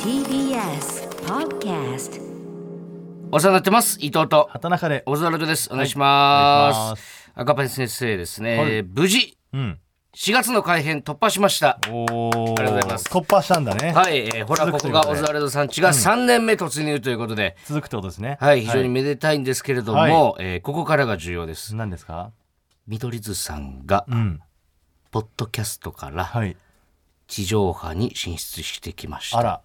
TBS Podcast お世話になってます伊藤と畑中で小沢ルですお願いします,、お願いしま赤ペン先生ですね、はい無事うん4月の改編突破しましたおおありがとうございます突破したんだね、はい、えーほらこ続くこというこがとでオズワルドさんちが3年目突入ということで、続くってことですねはい非常にめでたいんですけれども、はいえーここからが重要です何ですか緑図さんがうんポッドキャストからはい地上波に進出してきました、あら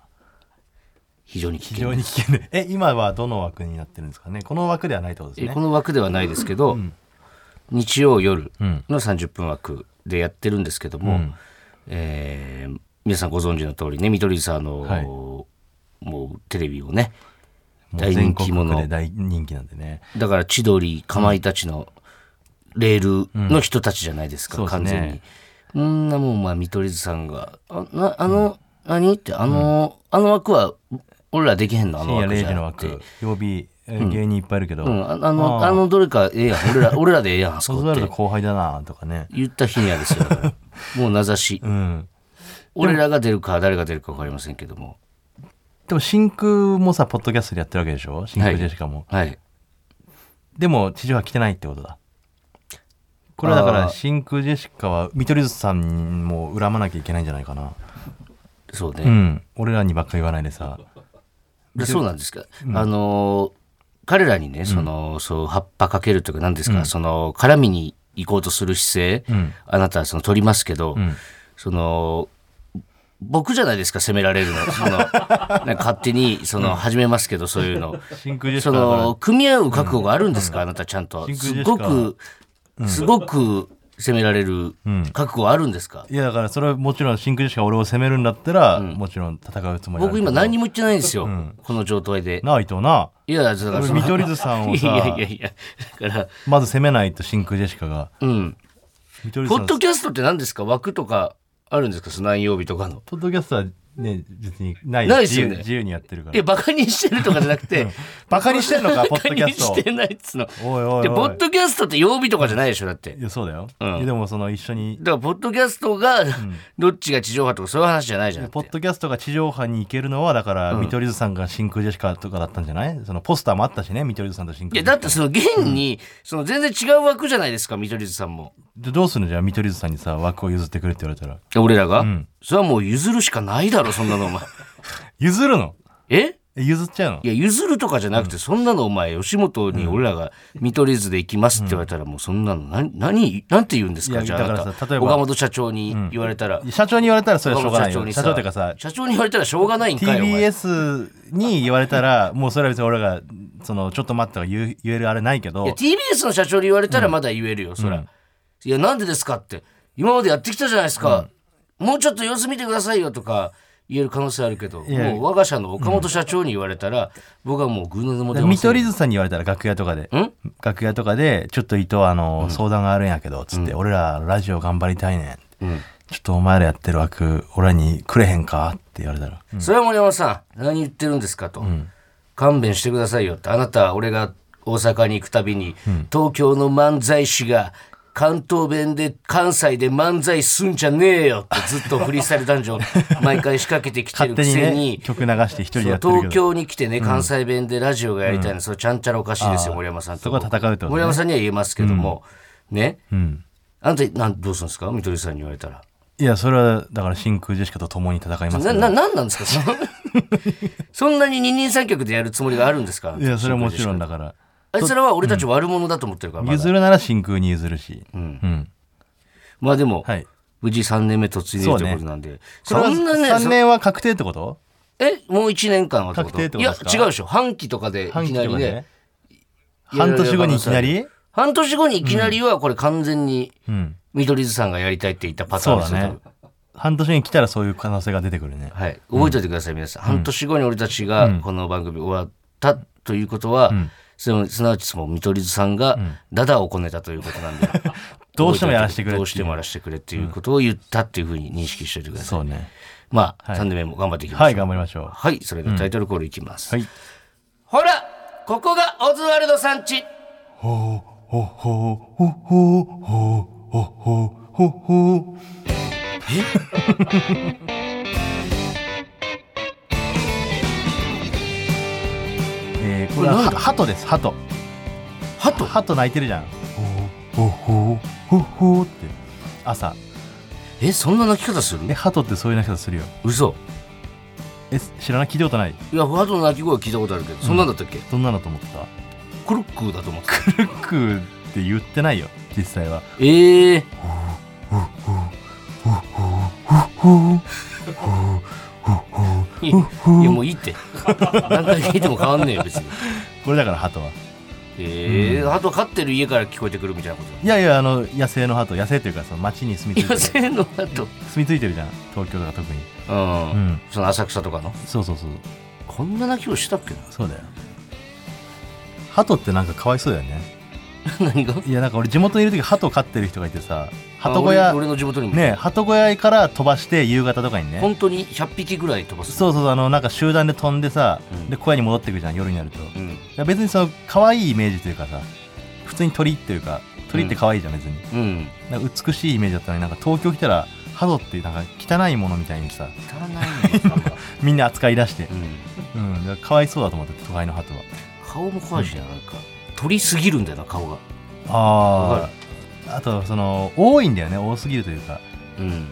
非常に危非険常に危険でえ今はどの枠になってるんですかねこの枠ではないってことですえーねこの枠ではないですけど、日曜夜うんの30分枠でやってるんですけども、うんえー皆さんご存知の通りね見取り図さんあの、はいもうテレビをねもう大人全気国者区で大人気なんでねだから千鳥かまいたちのレールの人たちじゃないですか、うん完全にそうでそんなもんまあ見取り図さんが「あなあの、何?」ってあの、あの枠は俺らできへんのあの深夜枠じゃ0時のなくて枠。曜日、えー芸人いっぱいいるけど、うん、ああの、あの、どれかええやん。 俺ら、俺らでええやん、あそオズこワっルドて。後輩だなとかね言った日には ですよ。だからもう名指し。うん俺らが出るか、誰が出るか分かりませんけども。でも真空もさポッドキャストでやってるわけでしょ真空ジェシカも、はい。でも地上波来てないってことだこれはだから真空ジェシカは見取り図さんも恨まなきゃいけないんじゃないかなそうね。うん俺らにばっか言わないでさでそうなんですか、あの彼らにねその、そう葉っぱかけるというか何ですか、その絡みに行こうとする姿勢、うんあなたはその取りますけど、んその僕じゃないですか責められるのその なんか勝手にその、始めますけどそういうの真空ジェシそカだからの組み合う覚悟があるんですか、あなたちゃんと真空すジェシごカく、すごく責められるん覚悟はあるんですか、いやだからそれはもちろん真空ジェシカ俺を責めるんだったら、もちろん戦うつもりある僕けど今何にも言ってないんですよ、この状態で。なあ伊藤 ないやだからその見取り図さんをさいやいやいやだからまず攻めないと真空ジェシカがうん見取りポ図さッんドキャストって何ですか枠とかあるんですかその何曜日とかの。ポッドキャストはね別にないないですよね自由自由にやってるからいや、バカにしてるとかじゃなくて、バカにしてんのかポバッカドキャにストをしてないっつうの。で、おいおいおいポッドキャストって曜日とかじゃないでしょ、だって。いやそうだよ、うんいやでもその一緒にだから、ポッドキャストが、どっちが地上波とかそういう話じゃないじゃん。ポッドキャストが地上波に行けるのはだから、見取り図さんが真空ジェシカとかだったんじゃないそのポスターもあったしね見取り図さんと真い空や、ジだェシってその、現に、その全然違う枠じゃないですか、見取り図さんも。カでどうするのじゃあ見取り図さんにさ枠を譲ってくれって言われたら俺らが、んそれはもう譲るしかないだろ、そんなのお前。 譲るのええ譲っちゃうのいや、譲るとかじゃなくて、そんなのお前、吉本に俺らが見取り図で行きますって言われたら、もうそんなの、な、何、なんて言うんですいかやじゃあ、あだなからた、さ岡例えば本社長に言われたら、社長に言われたらそれはしょうがない岡よ本に社長っていうかさ社長に言われたらしょうがないんかい、お前。 TBS に言われたらもうそれは別に俺がそのちょっと待ったとか言う言えるあれないけどいや、TBS の社長に言われたらまだ言えるよ、そら。いや、なんでですかって、今までやってきたじゃないですか。もうちょっと様子見てくださいよとか、言える可能性あるけど、やもう我が社の岡本社長に言われたら、僕はもうぐうの音も出ま見せん取り図さんに言われたら楽屋とかでん楽屋とかでちょっと伊藤あの、相談があるんやけどつって、俺らラジオ頑張りたいねんうんちょっとお前らやってる枠俺らにくれへんかって言われたら、それは森山さん何言ってるんですかと、勘弁してくださいよってあなた俺が大阪に行くたびに、東京の漫才師が関東弁で関西で漫才すんじゃねえよってずっとフリースタイル男 女毎回仕掛けてきて勝るく手にせねに。曲流して一人でやってそうるけ東ど京に来てね関西弁でラジオがやりたいの、それちゃんちゃらおかしいですよあー森山さんとそこは戦うってことね森山さんには言えますけども、ねうんあんたなんどうするんですか見取り図さんに言われたらいやそれはだから真空ジェシカと共に戦いまな、すけな、どなんなんです かそのそんなに二人三脚でやるつもりがあるんですかいやそれはもちろんだからあいつらは俺たち悪者だと思ってるから、まだ譲るなら真空に譲るし、うんまあでも、はい無事3年目突入というそうねことなんで、それはそんなね、 3年は確定ってことそえ、もう1年間はってこと確定っいてことやですか、違うでしょ。半期とかでいき半期なとりかね。ね半年後にいきなり半年後にいきなりはこれ完全にうん見取り図さんがやりたいって言ったパターそンうですだよ、ね多分半年に来たらそういう可能性が出てくるねはい。覚えておいてください、皆さん。半年後に俺たちがこの番組終わったということは、そのすなわちその見取り図さんがダダをこねたということなんで、 どうしてもやらせてくれっていうどうしてもやらせてくれっていうことを言ったっていうふうに認識しておいてください。そうねまあ、3年目も頑張っていきましょう。はい頑張りましょうはい、それではタイトルコールいきます。はいほら、ここがオズワルドさんち。ほ ほほほほほほほこれはこれなんだハトですハトハトハト鳴いてるじゃんほうほうほうほうって朝えそんな泣き方すえるハトってそういう鳴き方するよ嘘え知らない聞いたことないいやハトの鳴き声は聞いたことあるけどそんなんだったっけ、どんなのと思ったクルックーだと思ってたクックーって言ってないよ実際は ええー、いやい やもういいって 何回聞いても変わんねえよ別にこれだからハトはええあと飼ってる家から聞こえてくるみたいなこいやいやあの野生のハト野生というかその町に住みと着いて野る生のハト住み着いてるじゃん東京とか特にうん、うんその浅草とかのそうそうそうこんな泣きをしたっけそうだよハトってなんかかわいそうだよねな 何がいやなんか俺地元にいる時ハト飼ってる人がいてさハト小あ屋俺俺の地元にも、ねハト小屋から飛ばして夕方とかにね本当に100匹ぐらい飛ばすそうそうそうあのなんか集団で飛んでさ、うんで小屋に戻ってくるじゃん夜になると、ういんや別にその可愛いイメージというかさ普通に鳥っていうか鳥って可愛いじゃん別に、うんなんか美しいイメージだったのになんか東京来たらハトってなんか汚いものみたいにさ汚いのか、みんな扱い出してう、ん、うんだからかわいそうだと思って都会のハトは顔も怖いしななんか鳥すぎるんだよな顔がわあかああとその多いんだよね多すぎるというかうん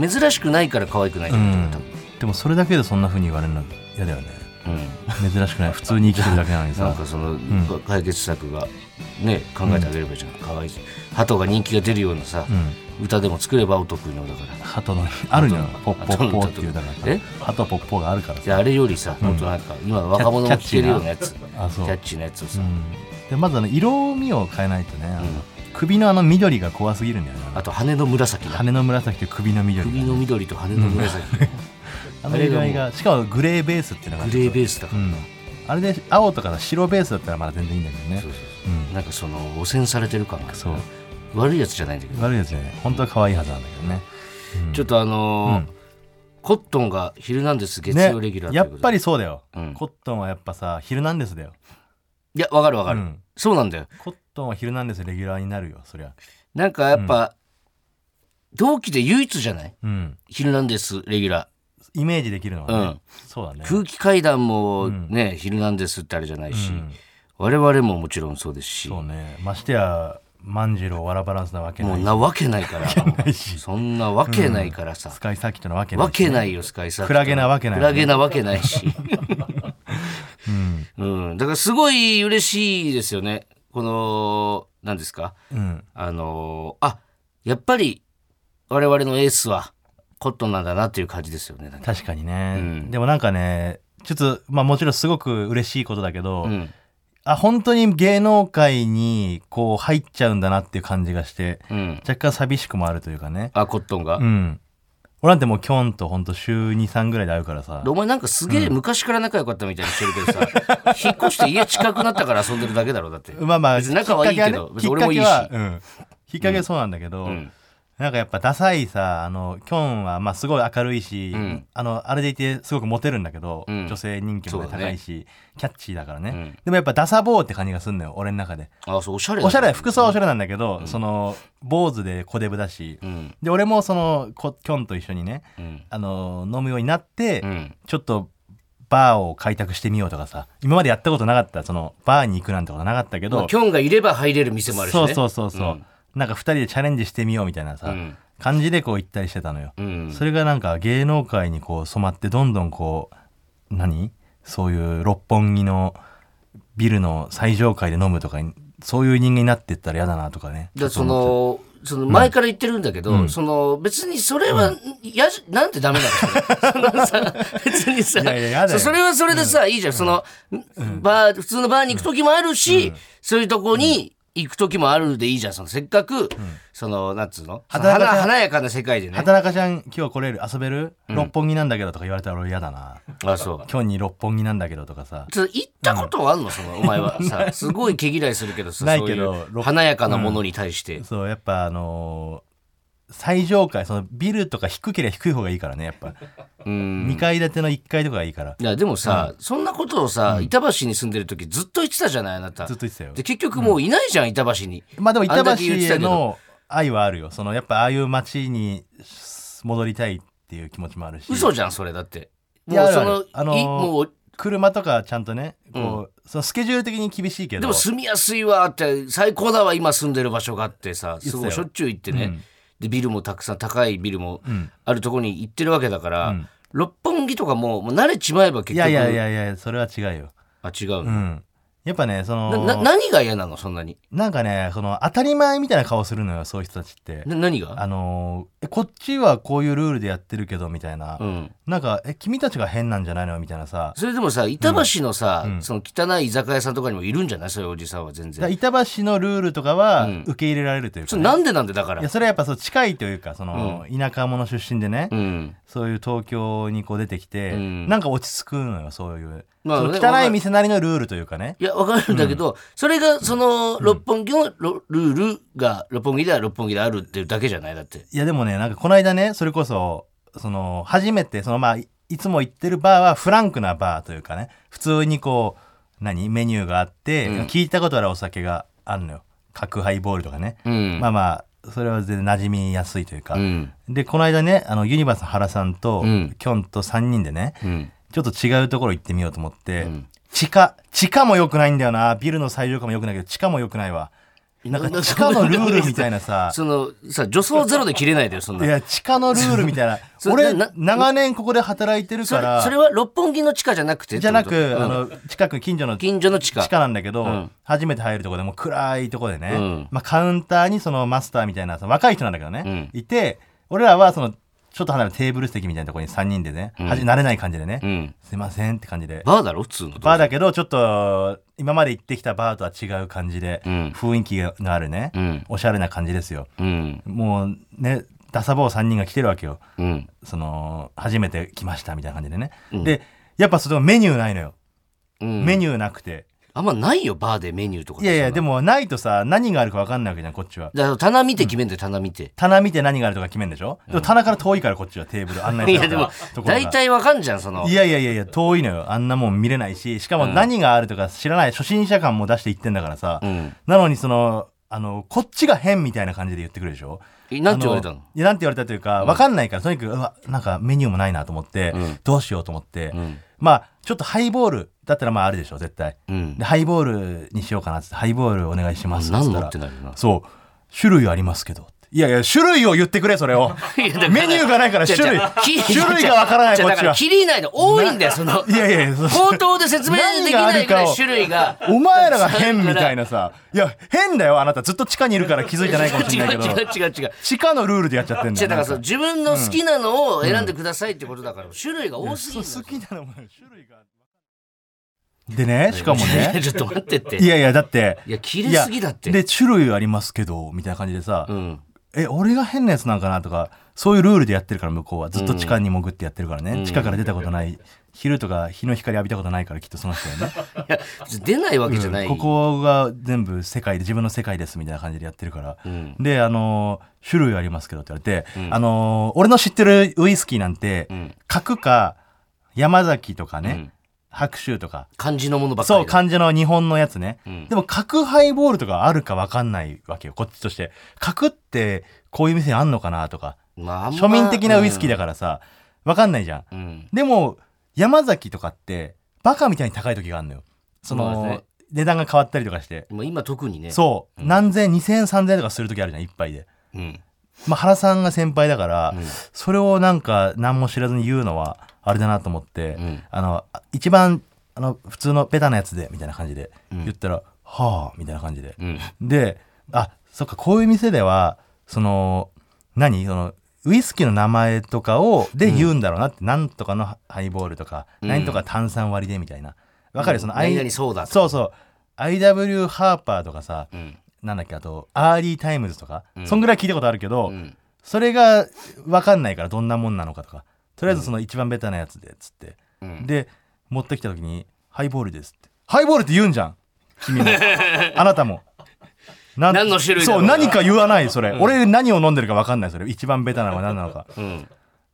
で珍しくないから可愛くないんうだよねんでもそれだけでそんな風に言われるの嫌だよね多分うん珍しくない普通に生きてるだけなのになさんかその、解決策がね考えてあげればいいじゃん、かわいい鳩が人気が出るようなさう、ん歌でも作ればお得意のだからハトのあるのよポッポッポ鳩ッのっていうだからえさハトポッポがあるからじゃああれよりさ、もっとなんか今若者も聴けるようなやつキあそうャッチーなやつをうさ、んでまずあの色味を変えないとねあの首のあの緑が怖すぎるんだよねあと羽の紫な羽の紫と首の緑首の緑と羽の紫、あの色合いあれががしかもグレーベースっていうのがグレーベーススだかうら、んあれで青とかさ白ベースだったらまだ全然いいんだけどねそうそううそうんなんかその汚染されてる感がそう悪いやつじゃないんだけど、悪いやつよね本当は可愛いはずなんだけどねちょっとあのーうんコットンが「ヒルナンデス」月ね曜レギュラーといやうっことで、ぱりそうだよ、うんコットンはやっぱさ「ヒルナンデス」だよ、いやわかるわかうる、ん、そうなんだよコットンは「ヒルナンデス」レギュラーになるよそりゃなんかやっぱ、同期で唯一じゃないうん「ヒルナンデス」レギュライメージできるのはね、うんそうだねー空気階段もね「ヒルナンデス」ってあれじゃないし、うん我々ももちろんそうですしそうねましてや万次郎わらバランスなわけもなういなわけないから ないしそんなわけないからさス、カイサーキットなわけないわけいないよスカイサーキットクラゲなわけないクラゲなわけないし、 うん、うん、だからすごい嬉しいですよねこの何ですかうん、あのーあやっぱり我々のエースはコットンなんだなっていう感じですよねなんか確かにね、うんでもなんかねちょっとまあもちろんすごく嬉しいことだけど、うんあ本当に芸能界にこう入っちゃうんだなっていう感じがしてうん、若干寂しくもあるというかねあコットンが、うん俺なんてもうきょんとほんと週23ぐらいで会うからさでお前なんかすげえ昔から仲良かったみたいにしてるけどさ、 引っ越して家近くなったから遊んでるだけだろだって。まあまあ別に仲はいいけどきっか別に俺もいいけしはねきっかけはうんきっかけはそうなんだけど、うんなんかやっぱダサいさあのきょんはまあすごい明るいし、うんあのあれでいてすごくモテるんだけど、うん女性人気もそねうだね高いし、キャッチーだからね、うんでもやっぱダサ坊って感じがすんのよ俺の中であそうおしゃれだねおしゃれ服装はおしゃれなんだけど、その坊主で小デブだし、うんで俺もそのこきょんと一緒にねうんあの飲むようになって、うんちょっとバーを開拓してみようとかさ今までやったことなかったそのバーに行くなんてことなかったけど、まあキョンがいれば入れる店もあるしねそうそうそうそう、なんか2人でチャレンジしてみようみたいなさ、うん感じでこう行ったりしてたのよ、うんそれがなんか芸能界にこう染まってどんどんこう何そういう六本木のビルの最上階で飲むとかにそういう人間になっていったら嫌だなとかねだからそのその前から言ってるんだけど、その別にそれは、やじなんてダメなの それそのさ別にさいやいややだよそそれはそれでさ、いいじゃんその、バー普通のバーに行く時もあるし、そういうとこに行く時もあるでいいじゃんそのせっかく、そのなんつうのその働か華せ華やかな世界でね畑中ちゃん今日来れる遊べる、六本木なんだけどとか言われたら俺嫌 だなあそう今日に六本木なんだけどとかさちょっと行ったことはあんのそのお前はさ すごい毛嫌いするけどさないけどそういう華やかなものに対して、そうやっぱあのー最上階そのビルとか低ければ低い方がいいからねやっぱ、うん2階建ての1階とかがいいからいやでもさ、そんなことをさ、板橋に住んでる時ずっと言ってたじゃないあなたずっと言ってたよで結局もういないじゃん、板橋にまあでもあ板んだけ言って橋たへけどの愛はあるよそのやっぱああいう街に戻りたいっていう気持ちもあるし嘘じゃんそれだっていもやうそのあるあるあのーいもう車とかちゃんとねこう、そのスケジュール的に厳しいけどでも住みやすいわって最高だわ今住んでる場所があってさすごいしょっちゅう行ってね、でビルもたくさん高いビルもあるところに行ってるわけだから、六本木とかももう慣れちまえば結局いやいやいやいやそれは違うよ、あ違ううの、ん、やっぱねそのなな何が嫌なのそんなになんかねその当たり前みたいな顔するのよそういう人たちってな何があのーえこっちはこういうルールでやってるけどみたいな、うんなんかえ君たちが変なんじゃないのみたいなさそれでもさ板橋のさ、その汚い居酒屋さんとかにもいるんじゃないそういうおじさんは全だから然板橋のルールとかは受け入れられるというかそね、れなんでなんでだかいやらそれはやっぱそう近いというかその、田舎者出身でね、うんそういう東京にこう出てきて、うんなんか落ち着くのよそういう、まあそのね汚い店なりのルールというかねいや、わかるんだけど、それが、その、六本木のロルールが、六本木では六本木であるっていうだけじゃないだって。いやでもねなんかこの間ねそれこそその初めてそのまあいいつも行ってるバーはフランクなバーというかね普通にこう何メニューがあって、聞いたことあるお酒があるのよ角ハイボールとかね、うん。まあまあそれは全然馴染みやすいというか、うん。でこの間ねあのユニバースの原さんと、んキョンと3人でね、うん。ちょっと違うところ行ってみようと思って、地下、地下も良くないんだよな。ビルの最上階も良くないけど、地下も良くないわ。なんか地下のルールみたいな さ、その、さ、女装ゼロで切れないでよ、そんいな。や、地下のルールみたいな。 それ俺な、長年ここで働いてるそかれ、ら、それは六本木の地下じゃなくてじゃなってこく、とあうんの、近く、近所の地近所の地下。下なんだけど、ん初めて入るとこでもう暗いとこでね、んまあカウンターにそのマスターみたいなさ、若い人なんだけどね、ういて、俺らはその、ちょっと離れたテーブル席みたいなところに3人でね、はじ慣れない感じでね、うん。すいませんって感じでバーだろ、普通の。バーだけどちょっと今まで行ってきたバーとは違う感じで、うん雰囲気があるね、うんおしゃれな感じですようん。もうねダサ坊3人が来てるわけようん。その初めて来ましたみたいな感じでね、でやっぱそのメニューないのよ、うんメニューなくてあんまないよ、バーでメニューとか。いやいやでも。もないとさ何があるか分かんないわけじゃんこっちはだから棚見て決めんで、棚見て。棚見て何があるとか決めんでしょ、でも棚から遠いからこっちはテ ーブル案内いさや、れでたもと、ころが大体わかんじゃん、そのい。やいやいやいや遠いのよあんなもん見れないししかも何があるとか知らない初心者感も出して言ってんだからさ、うん。なのにそのあのこっちが変みたいな感じで言ってくるでしょえなんて言われたあのいやなんて言われたというか分かんないから、とにかくうわなんかメニューもないなと思って、うんどうしようと思って、うん。まあちょっとハイボールだったらまああるでしょ絶対うんで。ハイボールにしようかなっつってハイボールお願いしますっつ何った持らってないよな。そう種類ありますけどっていやいや種類を言ってくれそれ をメニューがないから種類種類が分からないこっちはキリないの多いんだよ、その。いやいやいやそ口頭で説明できないぐらい種類が。お前らが変みたいなさいや変だよあなたずっと地下にいるから気づいてないかもしれないけ ど違う違う違う違う。地下のルールでやっちゃってんだ違うだからよなそのんか自分の好きなのを選んでくださいってことだから、種類が多すぎるのよ。そう好きなのも種類がでねしかもいやね ちょっと待ってって。いいや、やいやだって切れすぎだって。で種類ありますけどみたいな感じでさ、うん。え俺が変なやつなんかなとかそういうルールでやってるから向こうはずっと地下に潜ってやってるからね、地下から出たことない昼とか日の光浴びたことないからきっとその人はねいや、出ない わけじゃない。ここが全部世界で自分の世界ですみたいな感じでやってるから、んであのー種類ありますけどって言われて、あのー俺の知ってるウイスキーなんて、ん角か山崎とかね、うん白州とか漢字のものばっかりそうだ漢字の日本のやつね、んでも角ハイボールとかあるか分かんないわけよこっちとして角ってこういう店あんのかなとかまああんま庶民的なウイスキーだからさ、分かんないじゃうんんうん。でも山崎とかってバカみたいに高い時があるのよその、そうですね値段が変わったりとかしてまあ今特にね。そう、何千2000円3000円とかする時あるじゃん一杯で、う。うん。まあ、原さんが先輩だから、それをなんか何も知らずに言うのはあれだなと思って、んあのあ一番あの普通のベタなやつでみたいな感じで言ったら「はあ」みたいな感じで、うん。であそっかこういう店ではその何そのウイスキーの名前とかをで言うんだろうなって、なんとかのハハイボールとか、なんとか炭酸割りでみたいなわかる、その何々そうだとかそうそう IW ハーパーとかさ、んなんだっけあとアーリータイムズとか、そんぐらい聞いたことあるけど、んそれが分かんないからどんなもんなのかとかとりあえずその一番ベタなやつでっつって、んで持ってきた時に「ハイボールです」って「ハイボールって言うんじゃん君も あなたも」な何の種類だろそううな何か言わないそれ、俺何を飲んでるか分かんないそれ一番ベタなのは何なのか うん。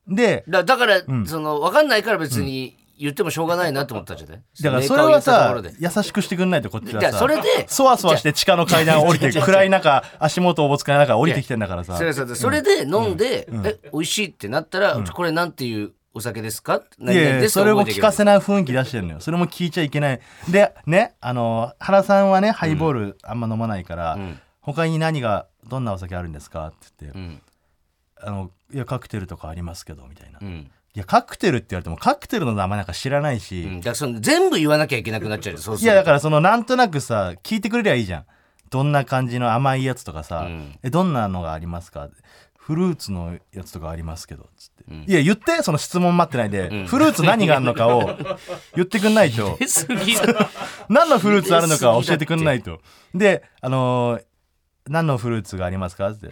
でだだから、んその分かんないから別に言ってもしょうがないなと思ったんじゃないだからそれはさメーカーを言ったところで優しくしてくんないとこっちはじゃさあそれでそわそわして地下の階段を降 りてじゃあ暗い中足元おぼつかない中降りてきてんだからさそれはさそれで飲んで、え美味しいってなったら、これなんていうお酒ですかい何やい々やですそれを聞かせない。ない雰囲気出してるのよそれも聞いちゃいけないでねあの原さんはねハイボールあんま飲まないから、ん他に何がどんなお酒あるんですかって言って、んあのいやカクテルとかありますけどみたいな、ういんやカクテルって言われてもカクテルの名前なんか知らないし、うん、だからその全部言わなきゃいけなくなっちゃうよそうすいるやとだからそのなんとなくさ聞いてくれりゃいいじゃんどんな感じの甘いやつとかさ、んえどんなのがありますかフルーツのやつとかありますけどつって、いや言ってその質問待ってないで、フルーツ何があるのかを言ってくんない とすぎる何のフルーツあるの か教えてくんないとであのー何のフルーツがありますかって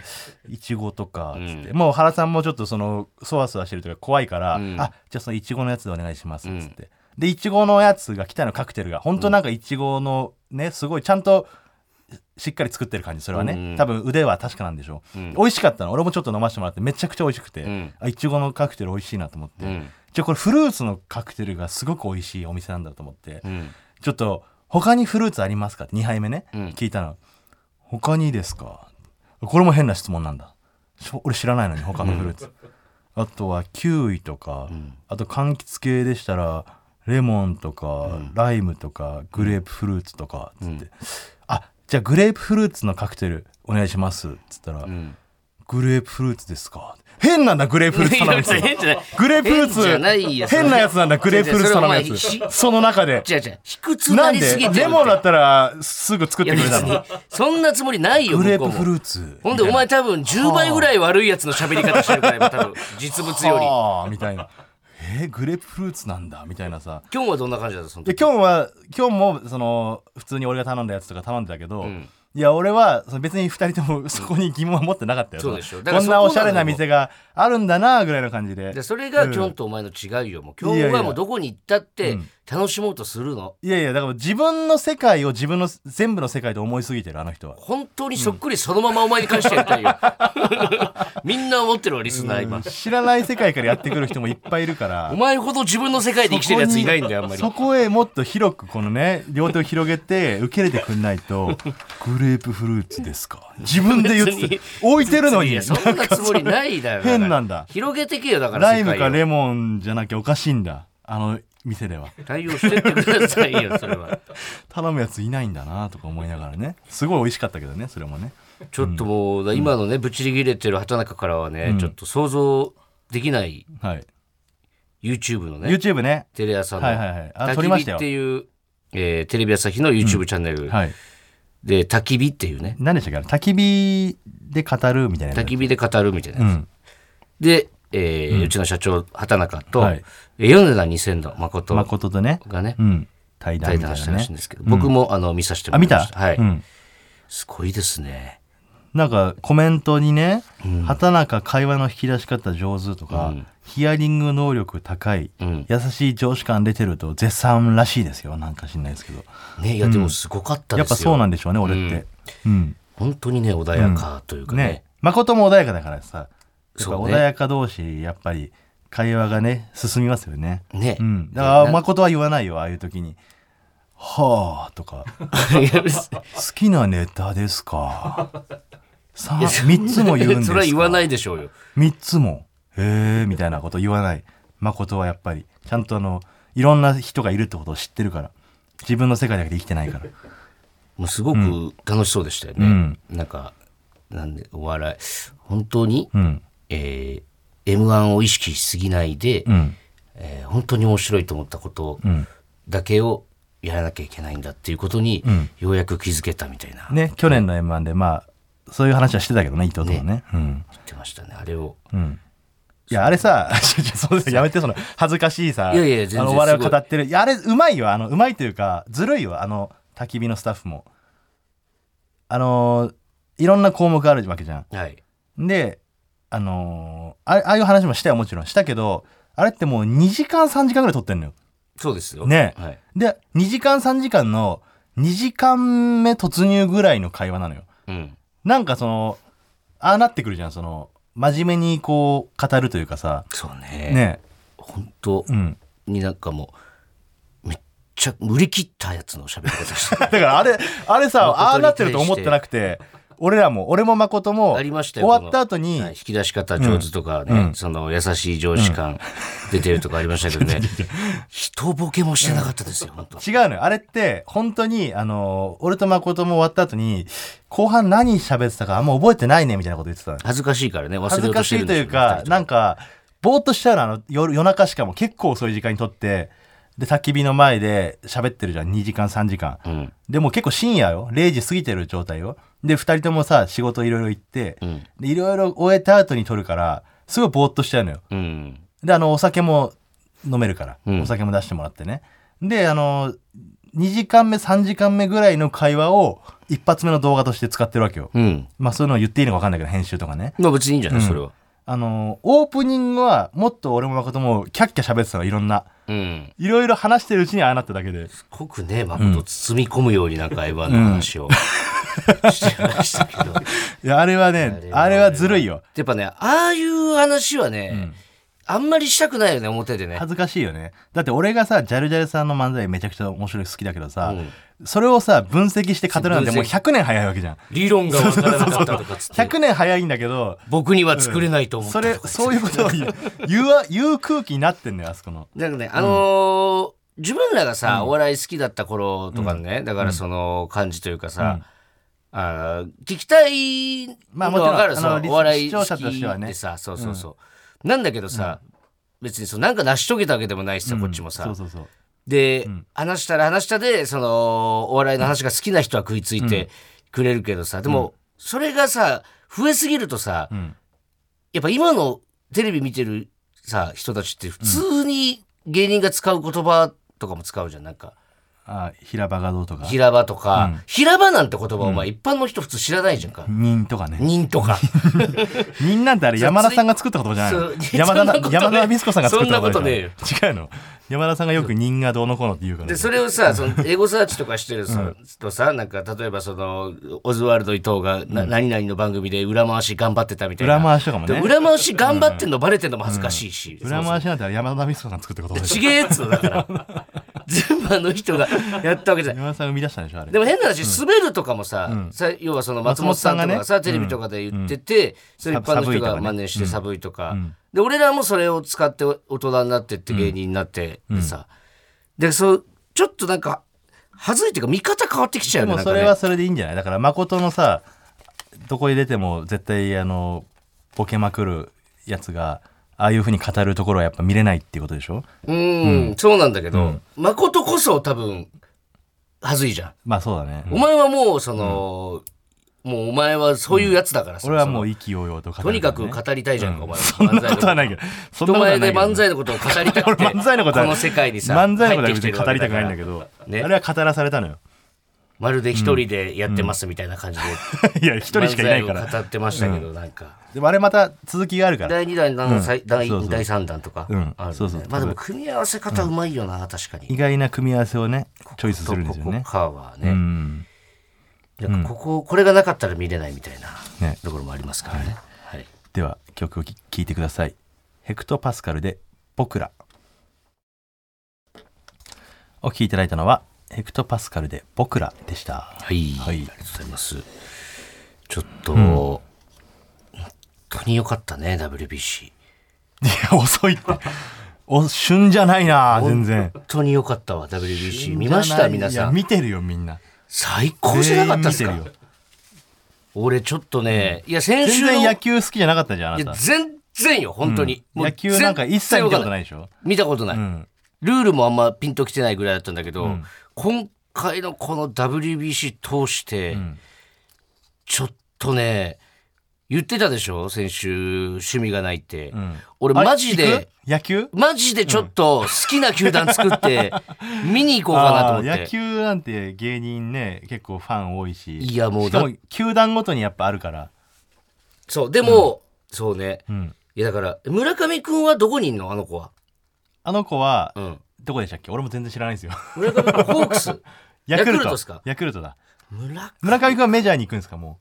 いちごとかつって、もう原さんもちょっとそのそわそわしてるとか怖いから、んあじゃあそのいちごのやつでお願いしますっつって、でいちごのやつが来たのカクテルが本当なんかいちごのねすごいちゃんとしっかり作ってる感じそれはね、うん多分腕は確かなんでしょう、美味しかったの俺もちょっと飲ませてもらってめちゃくちゃ美味しくて、んあいちごのカクテル美味しいなと思って、うんじゃあこれフルーツのカクテルがすごく美味しいお店なんだと思って、うんちょっと他にフルーツありますかって2杯目ね、うん聞いたの他にですかこれも変な質問なんだしょ俺知らないのに他のフルーツあとはキウイとか、あと柑橘系でしたらレモンとか、ライムとかグレープフルーツとかつって、あじゃあグレープフルーツのカクテルお願いしますっつったら、んグレープフルーツですか変なんだグレープフルーツ頼む人 いや変じゃないグレープフルー変じゃないツやつ変なやつなんだグレープフルーツ頼むや違う違うそれお前つその中で違う違う卑屈にななんりすぎてでるってレモンだったらすぐ作っいてやく別れたにのそんなつもりないよグレ向こーうプもフルーツほんでお前多分10倍ぐらい悪いやつの喋り方してるから今多分実物よりはあみたいなえーグレープフルーツなんだみたいなさ今日はどんな感じだったそので時今日は今日もその普通に俺が頼んだやつとか頼んでたけど、んいや俺はその別に2人ともそ こに疑問は持ってなかったよ、そうでしょだかこらんそこななのよおしゃれな店があるんだなぐらいの感じででそれが今日とお前の違いよもう今い日やいやはもうどこに行ったって楽しもうとするのいやいやだから自分の世界を自分の全部の世界と思いすぎてるあの人は本当にそっくりそのままお前に返してやりたいよ みんな思ってるわリスナー今知らない世界からやってくる人もいっぱいいるから お前ほど自分の世界で生きてるやついないんだよあんまりそこへもっと広くこのね両手を広げて受け入れてくんないとグレープフルーツですか自分で言って 別にて置いてるのいにやそんなつもりないだよ変なんだ広げてけよだからライ世ム界かをレモンじゃなきゃおかしいんだあの店では対応してってください よそれは頼むやついないんだなとか思いながらねすごい美味しかったけどねそれもねちょっともう、だ今のねぶっちり切れてる畑中からはね、ちょっと想像できないはい YouTube のね YouTube ねテレ朝の、はいはいはいあ撮焚りましき火たよっていう、えーテレビ朝日の YouTube チャンネル、はいで焚き火っていうね何でしたっけあれ焚き火で語るみたいなやつ焚き火で語るみたいな、うんで、えーうちの社長畑中と、はいえー米田2000の誠誠とねがね、うん対談対みたい談したならねしいんですけど、僕もあの見させてあもら見いまたした。はい、うんすごいですね。なんかコメントにね「畑中会話の引き出し方上手」とか、ヒアリング能力高い、ん優しい上司感出てる」と絶賛らしいですよなんか知んないですけどねいやでもすごかったやでっぱすそよ。うなんでしょうね俺って、うん本当にね穏やかというかねね。誠も穏やかだからさやっぱそう穏ねやか同士やっぱり会話がね進みますよね、ねうん、だから誠は言わないよああいう時に「はあ」とかいや別に好きなネタですか。 さあ、三つも言うんですか。それは言わないでしょうよ。三つも。へえ、みたいなこと言わない。誠はやっぱり、ちゃんとあの、いろんな人がいるってことを知ってるから。自分の世界だけで生きてないから。もうすごく楽しそうでしたよね。うんなんかなんでお笑い本当に、 うん。えー、M1 を意識しすぎないで、うん。えー本当に面白いと思ったことうん。だけをやらなきゃいけないんだっていうことに、んようやく気づけたみたいな、ね、去年の M1 で、まあ、そういう話はしてたけどね、伊藤ともね。うん。言ってましたねあれを。うん。いや、あれさ、 ちょちょそうですやめて、その、恥ずかしいさ、いやいや全然あの、お笑すいごをい語ってる。いや、あれ、うまいよ。あの、うまいというか、ずるいよ。あの、焚き火のスタッフも。あのーいろんな項目があるわけじゃはい。ん。で、あのーあれああいう話もしたよ、もちろん。したけど、あれってもう2時間、3時間ぐらい撮ってんのよ。そうですよ。ねはい。で、2時間、3時間の、2時間目突入ぐらいの会話なのよ。うん。なんかその、ああなってくるじゃん、その、真面目にこう、語るというかさ、そうね。ね。本当うん。 になんかもう、めっちゃ売り切ったやつの喋り方してだからあれ、あれさ、誠にああなってると思ってなくて、俺らも俺も誠もありました終よわったこ後にのはい引き出し方上手とかね、その優しい上司感出てるとかありましたけど ね人ボケもしてなかったですよ本 当違うのよあれって本当にあの俺と誠も終わった後に後半何喋ってたかあんま覚えてないねみたいなこと言ってたのよ恥ずかしいからね忘恥れずようかとししてるいんとでいしょう二か人ともなんかぼーっとしちゃうのあの夜夜中しかも結構遅い時間に撮ってで焚き火の前で喋ってるじゃん2時間3時間、んでもう結構深夜よ0時過ぎてる状態よで2人ともさ仕事いろいろ行ってんでいろいろ終えた後に撮るからすごいぼーっとしちゃうのようんであのお酒も飲めるから、んお酒も出してもらってねであの2時間目3時間目ぐらいの会話を一発目の動画として使ってるわけよ、うんまあそういうの言っていいのか分かんないけど編集とかねまあ別にいいんじゃない、それはあのオープニングはもっと俺も誠もキャッキャ喋ってたのいろんなうんいろいろ話してるうちにああなっただけで濃くね誠包み込むようになんか相葉の話を、 してましたけどいやあれはねあれはずるいよやっぱねああいう話はね、あんまりしたくないよね表でね恥ずかしいよねだって俺がさジャルジャルさんの漫才めちゃくちゃ面白い好きだけどさ、それをさ分析して語るなんてもう100年早いわけじゃん理論がわからなかったとかっつって100年早いんだけど僕には作れないと思ったとそかれ言ってそういうことを言う言うわ言う空気になってんのよあそこのなんかね、あのー自分らがさ、お笑い好きだった頃とかね、だからその感じというかさ、あー聞きたいまあのもちろんわかる、あのそのリスお笑い視好聴き者としてはねでさ、そうそうそう、なんだけどさ、別にそうなんか成し遂げたわけでもないしさ、こっちもさ、そうそうそうで、話したら話したでそのお笑いの話が好きな人は食いついてくれるけどさ、でもそれがさ増えすぎるとさ、んやっぱ今のテレビ見てるさ人たちって普通に芸人が使う言葉とかも使うじゃんなんかあ平場がどうとか平場とか、平場なんて言葉お前一般の人普通知らないじゃんか。人とかね人と か人なんてあれ山田さんが作った言葉じゃないそうのそう山田なそんなことね山田美子さんが作った言葉そんなじゃない違うの山田さんがよく人がどうのこうのって言うからでそれをさそのエゴサーチとかしてるさ、とさなんか例えばそのオズワルド伊藤がな、何々の番組で裏回し頑張ってたみたいな裏回しとかもでね裏回し頑張ってんのバレてんのも恥ずかしいし。裏回しなんてあれ山田美子さんが作った言葉でしちょげえっつうのだから。 全部あの人がやったわけじゃない。山田さんが生み出したんでしょあれでも変な話、滑るとかもさ、さ要はその松本さんとかがさ、松本さんがねテレビとかで言ってて、それ一般の人が真似して寒いとか。で、俺らもそれを使って大人になってって芸人になってでさ。で、そう、ちょっとなんか、はずいっていうか見方変わってきちゃうでよね。なんもそかれねはそれでいいんじゃないだから誠のさどこに出ても絶対あのボケまくるやつがああいうふうに語るところはやっぱ見れないっていうことでしょうん、そうなんだけど、誠こそ多分、はずいじゃん。まあそうだねお前はもうその、もうお前はそういうやつだからさ、俺はもそう意気揚々と語るのからとねにかく語りたいじゃんか、お前は そんなことはないけけどそん人なことは前ないでけど漫才のことを語りたくて 俺漫才のことはこの世界にさ漫才のことは入っ別てにきてるわ語けりだたかくらないんだけどねあれは語らされたのよまるで一人でやってますみたいな感じで、い や一人しかいないか漫ら才を語ってましたけど、なんかでもあれまた続きがあるから第2弾第三第そうそう第3弾とかある、ねうんそうそうまあでも組み合わせ方うまいよな、確か意に外な組み合わせをねチョイスすとるんでこすよこねかはうね、んなんかこここれがなかったら見れないみたいなねところもありますからね、はいでは曲を聴いてくださいヘクトパスカルで「僕ら」お聴きいただいたのはヘクトパスカルで「僕ら」でしたはい、はいありがとうございます。ちょっと、本当に良かったね、WBC。いや遅いってお旬じゃないな全然本当に良かったわ、WBC。見ました、皆いさやん。見てるよみんな最高じゃなかったです全員か見てるよ俺、ちょっとね、いや、先週全の然野球好きじゃなかったじゃんあいなやた全然よ、本当に。もう野球なんか一切見たことないでしょ見たことない、んルールもあんまピンときてないぐらいだったんだけど、今回のこの WBC 通して、ちょっとね言ってたでしょ先週趣味がないって、俺あれマジ行でく野球マジでちょっと好きな球団作って見に行こうかなと思ってあー野球なんて芸人ね結構ファン多いしいやもうしかだも球団ごとにやっぱあるからそうでも、そうね、んいやだから村上君はどこにいんのあの子は、あの子はうん、どこでしたっけ俺も全然知らないんですよ 村上君ホークスヤクルヤクトルトっすかヤクルトだ村村上君はメジャーに行くんですかもう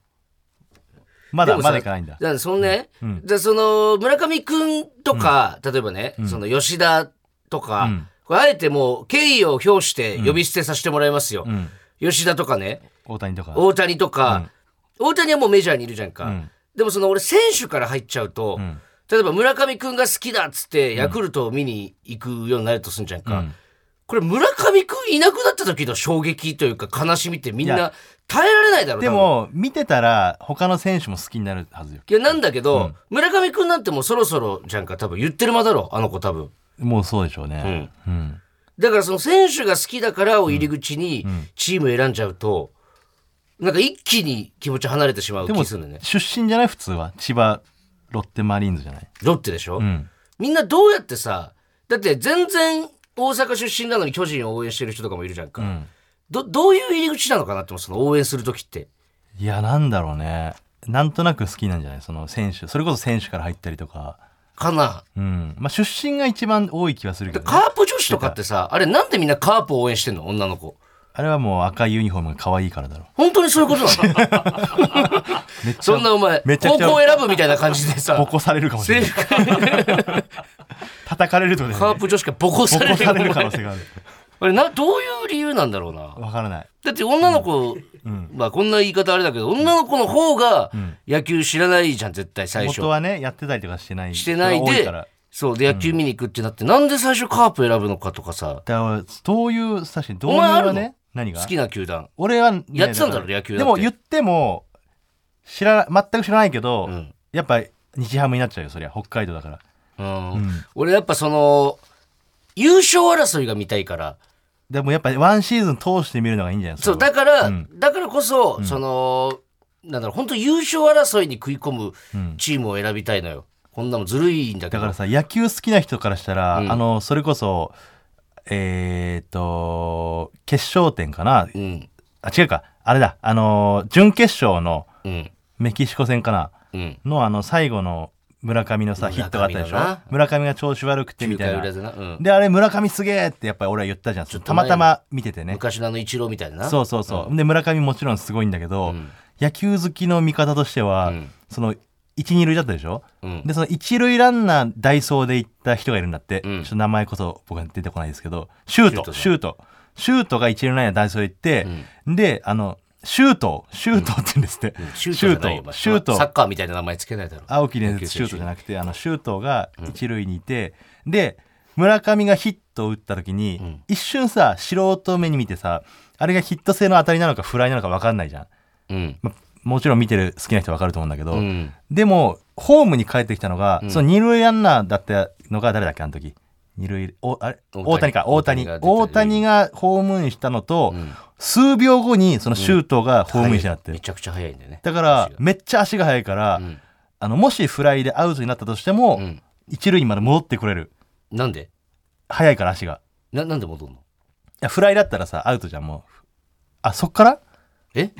までだもまさだ行かないんだからそのね、うんでその村上君とか、例えばね、その吉田とか、うんこれあえてもう敬意を表して呼び捨てさせてもらいますよ。うん吉田とかね、大谷とか大谷とか、大谷はもうメジャーにいるじゃんか、んでもその俺選手から入っちゃうと、ん例えば村上君が好きだっつってヤクルトを見に行くようになるとすんじゃんか、これ村上君いなくなった時の衝撃というか悲しみってみんいなや耐えられないだろうでも見てたら他の選手も好きになるはずよいやなんだけど、村上君なんてもうそろそろじゃんか多分言ってる間だろあの子多分。もうそうでしょうね、うんだからその選手が好きだからを入り口にチーム選んじゃうと、なんか一気に気持ち離れてしまうでも気するんだよね。出身じゃない普通は千葉ロッテマリーンズじゃない、ロッテでしょ、うん、みんなどうやってさ、だって全然大阪出身なのに巨人を応援してる人とかもいるじゃんか。んどどういう入り口なのかなって思うその応援する時って。いやなんだろうねなんとなく好きなんじゃないその選手それこそ選手から入ったりとか、かなうんまあ、出身が一番多い気はするけど、ね、カープ女子とかってさ、あれなんでみんなカープを応援してんの女の子。あれはもう赤いユニフォームが可愛いからだろ本当にそういうことなのめっちそんゃなお前、めちゃ高くちゃ校選ぶみたいな感じでさ ボ、コされるかもしれ制ない服叩かれるとかじゃカなーいプ女子がボコさボれコるされる可能性が あるあれなどういう理由なんだろうなわからないだって女の子、まあこんな言い方あれだけど女の子の方が野球知らないじゃん絶対最初元はねやってたりとかしてないしてない人が多いでからそうで野球見に行くってなって、なんで最初カープ選ぶのかとかさだからどういう確かにどうお前あるいうのね何が好きな球団俺はね、やってたんだろから野球だってでも言っても知ら全く知らないけど、んやっぱ日ハムになっちゃうよそりゃ北海道だからうん、俺やっぱその優勝争いが見たいからでもやっぱりワンシーズン通して見るのがいいんじゃないそうれはだから、だからこそ、そのなんだろう本当優勝争いに食い込むチームを選びたいのよ、こんなもんずるいんだけだどからさ野球好きな人からしたら、うんあのそれこそえっ、と決勝点かな、うんあ違うかあれだあの準決勝のうんメキシコ戦かなうんのあの最後の村上のさヒットがあったでしょ村上のな村上が調子悪くてみたい9回裏なでなうんであれ村上すげえってやっぱり俺は言ったじゃんょっとたまたま見ててね昔のあの一郎みたいななそうそうそう、で村上もちろんすごいんだけど、ん野球好きの見方としては、うんその一二塁だったでしょ、うんでその一塁ランナーダイソーで行った人がいるんだって、うんちょっと名前こそ僕は出てこないですけどシュートシシュートシュートが一塁ランナーダイソーで行って、であのシュートシュートって言うんですって、シュートじゃないよシュートサッカーみたいな名前つけないだろ青木伝説シュートじゃなくてあのシュートが一塁にいて、で村上がヒットを打った時に、一瞬さ素人目に見てさあれがヒット性の当たりなのかフライなのか分かんないじゃうん、んまもちろん見てる好きな人は分かると思うんだけど、うんでもホームに帰ってきたのが、その二塁ランナーだったのが誰だっけあの時二塁おあれ大大谷谷か大谷大谷が出大てる谷がホームインしたのと、ん数秒後にそのシュートがホームインしてなって、めちゃくちゃ早いんだよねだから足がめっちゃ足が速いから、んあのもしフライでアウトになったとしても、ん一塁にまで戻ってくれるなんで速いから足がななんで戻るのいやフライだったらさアウトじゃんもうあそっからえ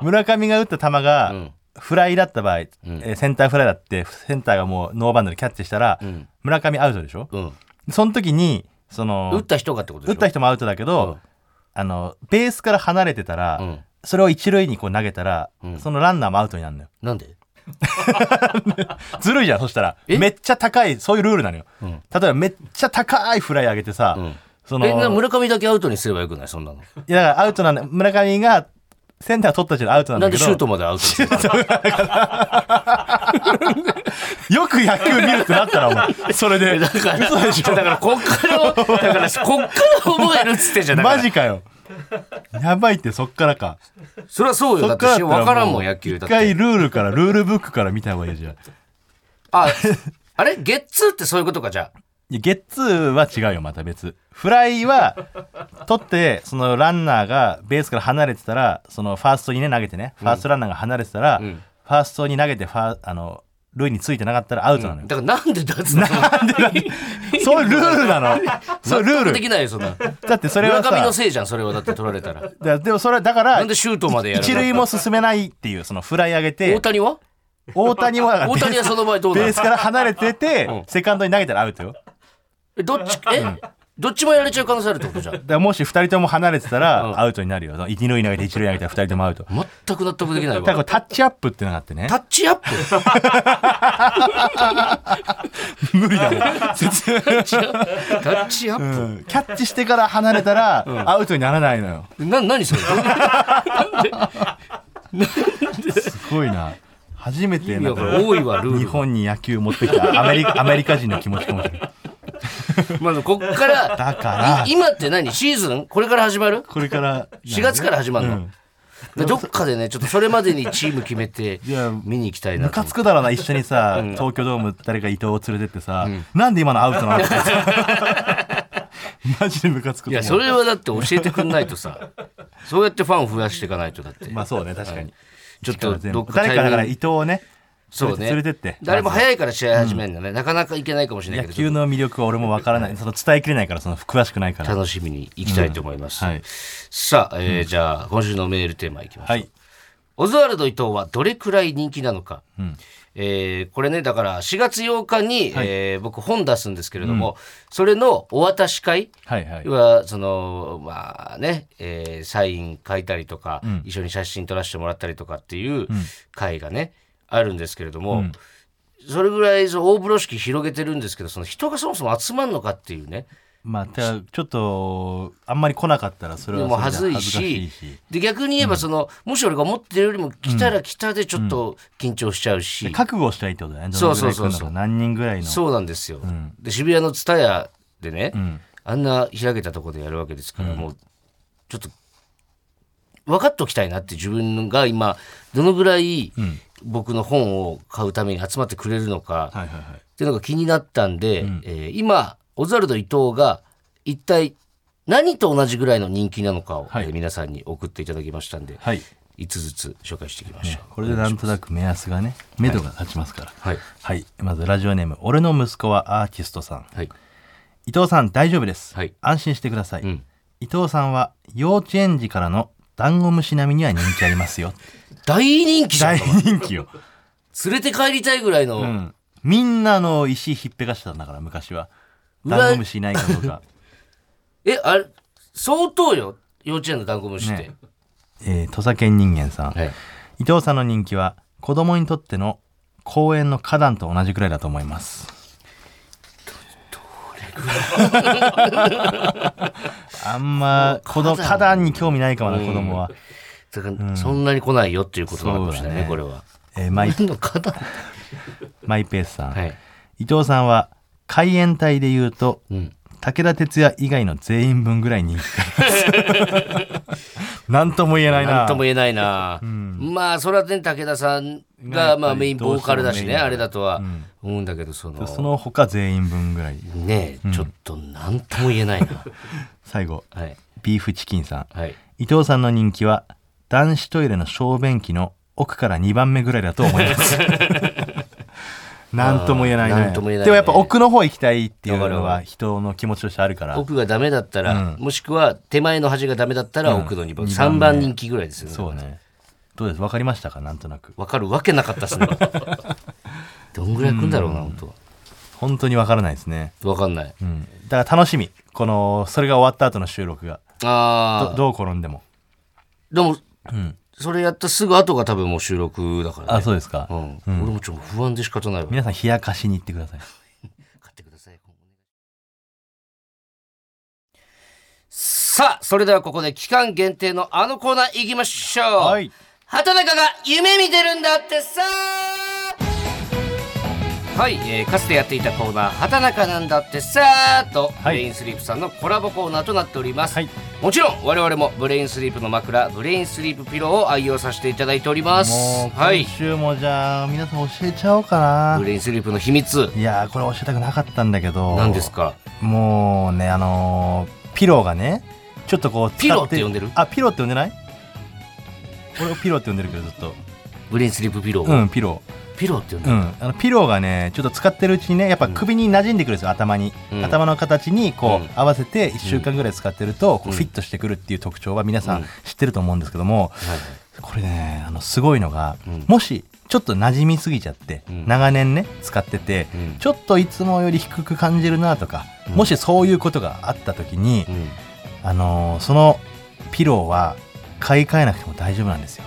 村上が打った球うがんフライだった場合、えーセンターフライだってセンターがもうノーバウンドでキャッチしたら、ん村上アウトでしょ、うんその時にその打った人がってことで打しょった人もアウトだけど、うんあのベースから離れてたら、うんそれを一塁にこう投げたら、そのランナーもアウトになるのよなんでずるいじゃんそしたらめっちゃ高いそういうルールなのよ、例えばめっちゃ高いフライ上げてさ、んそのえない村上だけアウトにすればよくないそんなのやだからアウトなんだ村上がセンター取った時点でアウトなんなだんけでどシュートまでアウトに するのよく野球見るってなったらお 前それでだからだからこっからだからこっから覚えるっつってんじゃんだからマジかよやばいってそっからかそりゃそうよそだっってからだった分かららんももうん野球一だって回ルールからルールブックから見た方がいいじゃんいああれゲッツーってそういうことかじゃあやゲッツーは違うよまた別フライは取ってそのランナーがベースから離れてたらそのファーストにね投げてねファーストランナーが離れてたら、ファーストに投げてファーあの塁についてなかったらアウトなのよ、だからなんで脱ななんでなんでそういうルールなのそうルーできルないよそんなだってそれ村はさ上のせいじゃんそれはだって取られたらだでもそれはだからなんでシュートまでやるの一塁も進めないっていうそのフライ上げて大谷は大谷は大谷はその場合どうなベーるスから離れてて、セカンドに投げたらアウトよだかえどっちえ、どっちもやれちゃう可能性あるってことじゃんらもし2人とも離れてたうんらアウトになるよ、一塁投げて一塁投げたら2人ともアウトだ全く納得できないからこわれタッチアップってのがあっ てねタッチアップ無理だね説明、タッチアッうんキャッチしてから離れたらアウトにならないのよプ、な何それなんですごいな初めてなんいやこれか多いわルール日本に野球持ってきたアメリカアメリカ人の気持ちかもしれないまあ、こっからだからい今って何シーズンこれから始まるこれから4月から始まるの、うんどっかでねちょっとそれまでにチーム決めていや見に行きたいなムとカ思つくだろうな一緒にさ、東京ドーム誰か伊藤を連れてってさ、なんで今のアウト なのってさマジでムカつくと思うういやそれはだって教えてくんないとさそうやってファンを増やしていかないとだって、まあそうね確かに、ちょっとどっか誰かだからタイ伊ミング藤をねそうね連れてって誰もま早いから試合始めるのね、なかなかいけないかもしれずない野けど球の魅力は俺もわからないその伝えきれないからその詳しくないから楽しみに行きたいと思います、はいさあ、えーじゃあ今週のメールテーマいきましょう、はいオズワルド伊藤はどれくらい人気なのか、えーこれねだから4月8日に、えー僕本出すんですけれども、それのお渡し会はいはいはそのまあね、えーサイン書いたりとか、一緒に写真撮らせてもらったりとかっていう会がね、あるんですけれども、それぐらいその大風呂敷広げてるんですけどその人がそもそも集まんのかっていうねまあただちょっとあんまり来なかったらそれではもそれ恥ずでい恥ずかししいしで逆に言えばその、もし俺が思ってるよりも来たら来たでちょっと緊張しちゃうし、覚悟したいってことだねどそのうぐそらうい来そうそるのうか何人ぐらいのそうなんですよ、で渋谷の蔦屋でね、あんな開けたとこでやるわけですから、もうちょっと分かっておきたいなって自分が今どのぐらい僕の本を買うために集まってくれるのか、はいはいはいっていうのが気になったんで、えー今オズワルド伊藤が一体何と同じぐらいの人気なのかを、はいえー皆さんに送っていただきましたんで、はい5つずつ紹介していきましょう。これでなんとなく目安がね目処が立ちますからはいはい、まずラジオネーム俺の息子はアーティストさんはい伊藤さん大丈夫です、はい安心してください、ん伊藤さんは幼稚園児からのダンゴムシ並みには人気ありますよ 大人気じゃん大人気よ、連れて帰りたいぐらいの、うん、みんなの石ひっぺがしてたんだから昔はうわダンゴムシいないかどう かえあれ相当よ幼稚園のダンゴムシって、ねえー土佐犬人間さん、はい伊藤さんの人気は子供にとっての公園の花壇と同じくらいだと思いますどれくらい あんま子供花壇に興味ないかもな子供は、だから、そんなに来ないよっていうことなのかもしれないねそうだねこれは。えーマイ何のかなマイペースさん、はい伊藤さんは海援隊で言うと、ん武田鉄矢以外の全員分ぐらいになんとも言えないな何とも言えないな、まあそれはね武田さんが、がまあ、やっぱりメインボーカルだしどうしてもメインねだからあれだとは思うんだけどそのその他全員分ぐらいねえちょっと何とも言えないな最後はいビーフチキンさんはい伊藤さんの人気は男子トイレの小便器の奥から2番目ぐらいだと思いますなんとも言えないねあーなんとも言えないねでもやっぱ奥の方行きたいっていうわかのるわかは人の気持ちとしてあるから奥がダメだったら、もしくは手前の端がダメだったら奥の2番、うん3番人気ぐらいですよねそうねどうです分かりましたかなんとなくわかるわけなかったっ すねどんぐらい来んだろうな本本当に分からないですね当わかんないうんだから楽しみこのそれが終わった後の収録があどあどう転んでもでも、それやったすぐ後が多分もう収録だからあねそうですか、うん俺もちょっと不安で仕方ないわ皆さん冷やかしに行ってください買ってくださいさあそれではここで期間限定のあのコーナー行きましょう、はい畑中が夢見てるんだってさはい、えーかつてやっていたコーナー「畑中なんだってさ」と、いブレインスリープさんのコラボコーナーとなっております、はいもちろん我々もブレインスリープの枕ブレインスリープピローを愛用させていただいておりますもうはい今週もじゃあ皆さん教えちゃおうかなブレインスリープの秘密いやーこれ教えたくなかったんだけど何ですかもうねあのーピローがねちょっとこう使ピローって呼んでるあピローって呼んでない俺ピローって呼んでるけどずっとブレインスリープピロー、うんピローピローって呼んだうん、あのピローがねちょっと使ってるうちにねやっぱ首に馴染んでくるんですよ頭に、うん頭の形にこうう、ん合わせて1週間ぐらい使ってるとこうんうフィットしてくるっていう特徴は皆さうんん知ってると思うんですけども、はいはいこれねあのすごいのが、うんもしちょっと馴染みすぎちゃって、うん長年ね使ってて、うんちょっといつもより低く感じるなとか、うんもしそういうことがあった時に、うんあのーそのピローは買い替えなくても大丈夫なんですよ。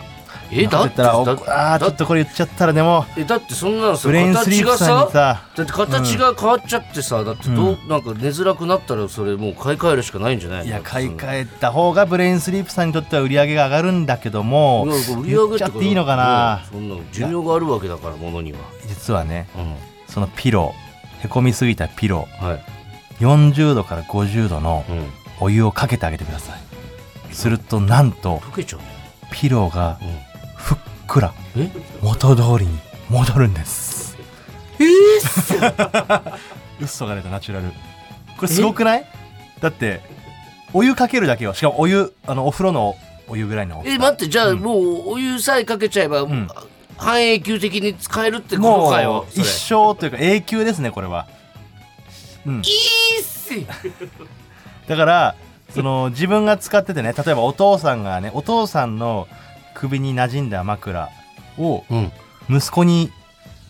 えだだっってただらっおてあーちょっとこれ言っちゃったらでもえだってそんなのさブレインスリ形ープがさんさにさだって形が変わっちゃってさ、だってどう、なんか寝づらくなったらそれもう買い替えるしかないんじゃないいや買いえ替えた方がブレインスリープさんにとっては売り上げが上がるんだけども売り上言げっちゃっていいのかなうんそんな寿命があるわけだからものには、実はねうんそのピローへこみすぎたピロはい、ー40度から50度のうん、お湯をかけてあげてくださいするとなんと溶けちゃうね、ピローがうふっくらん、え元通りに戻るんですえ嘘が出たナチュラルこれすごくないだってお湯かけるだけよしかもお湯あのお風呂のお湯ぐらいのえ待ってじゃあもうお湯さえかけちゃえば、ん半永久的に使えるってこともかようそれ一生というか永久ですねこれは、うん、いいっすよだからその自分が使っててね例えばお父さんがねお父さんの首に馴染んだ枕をうん息子に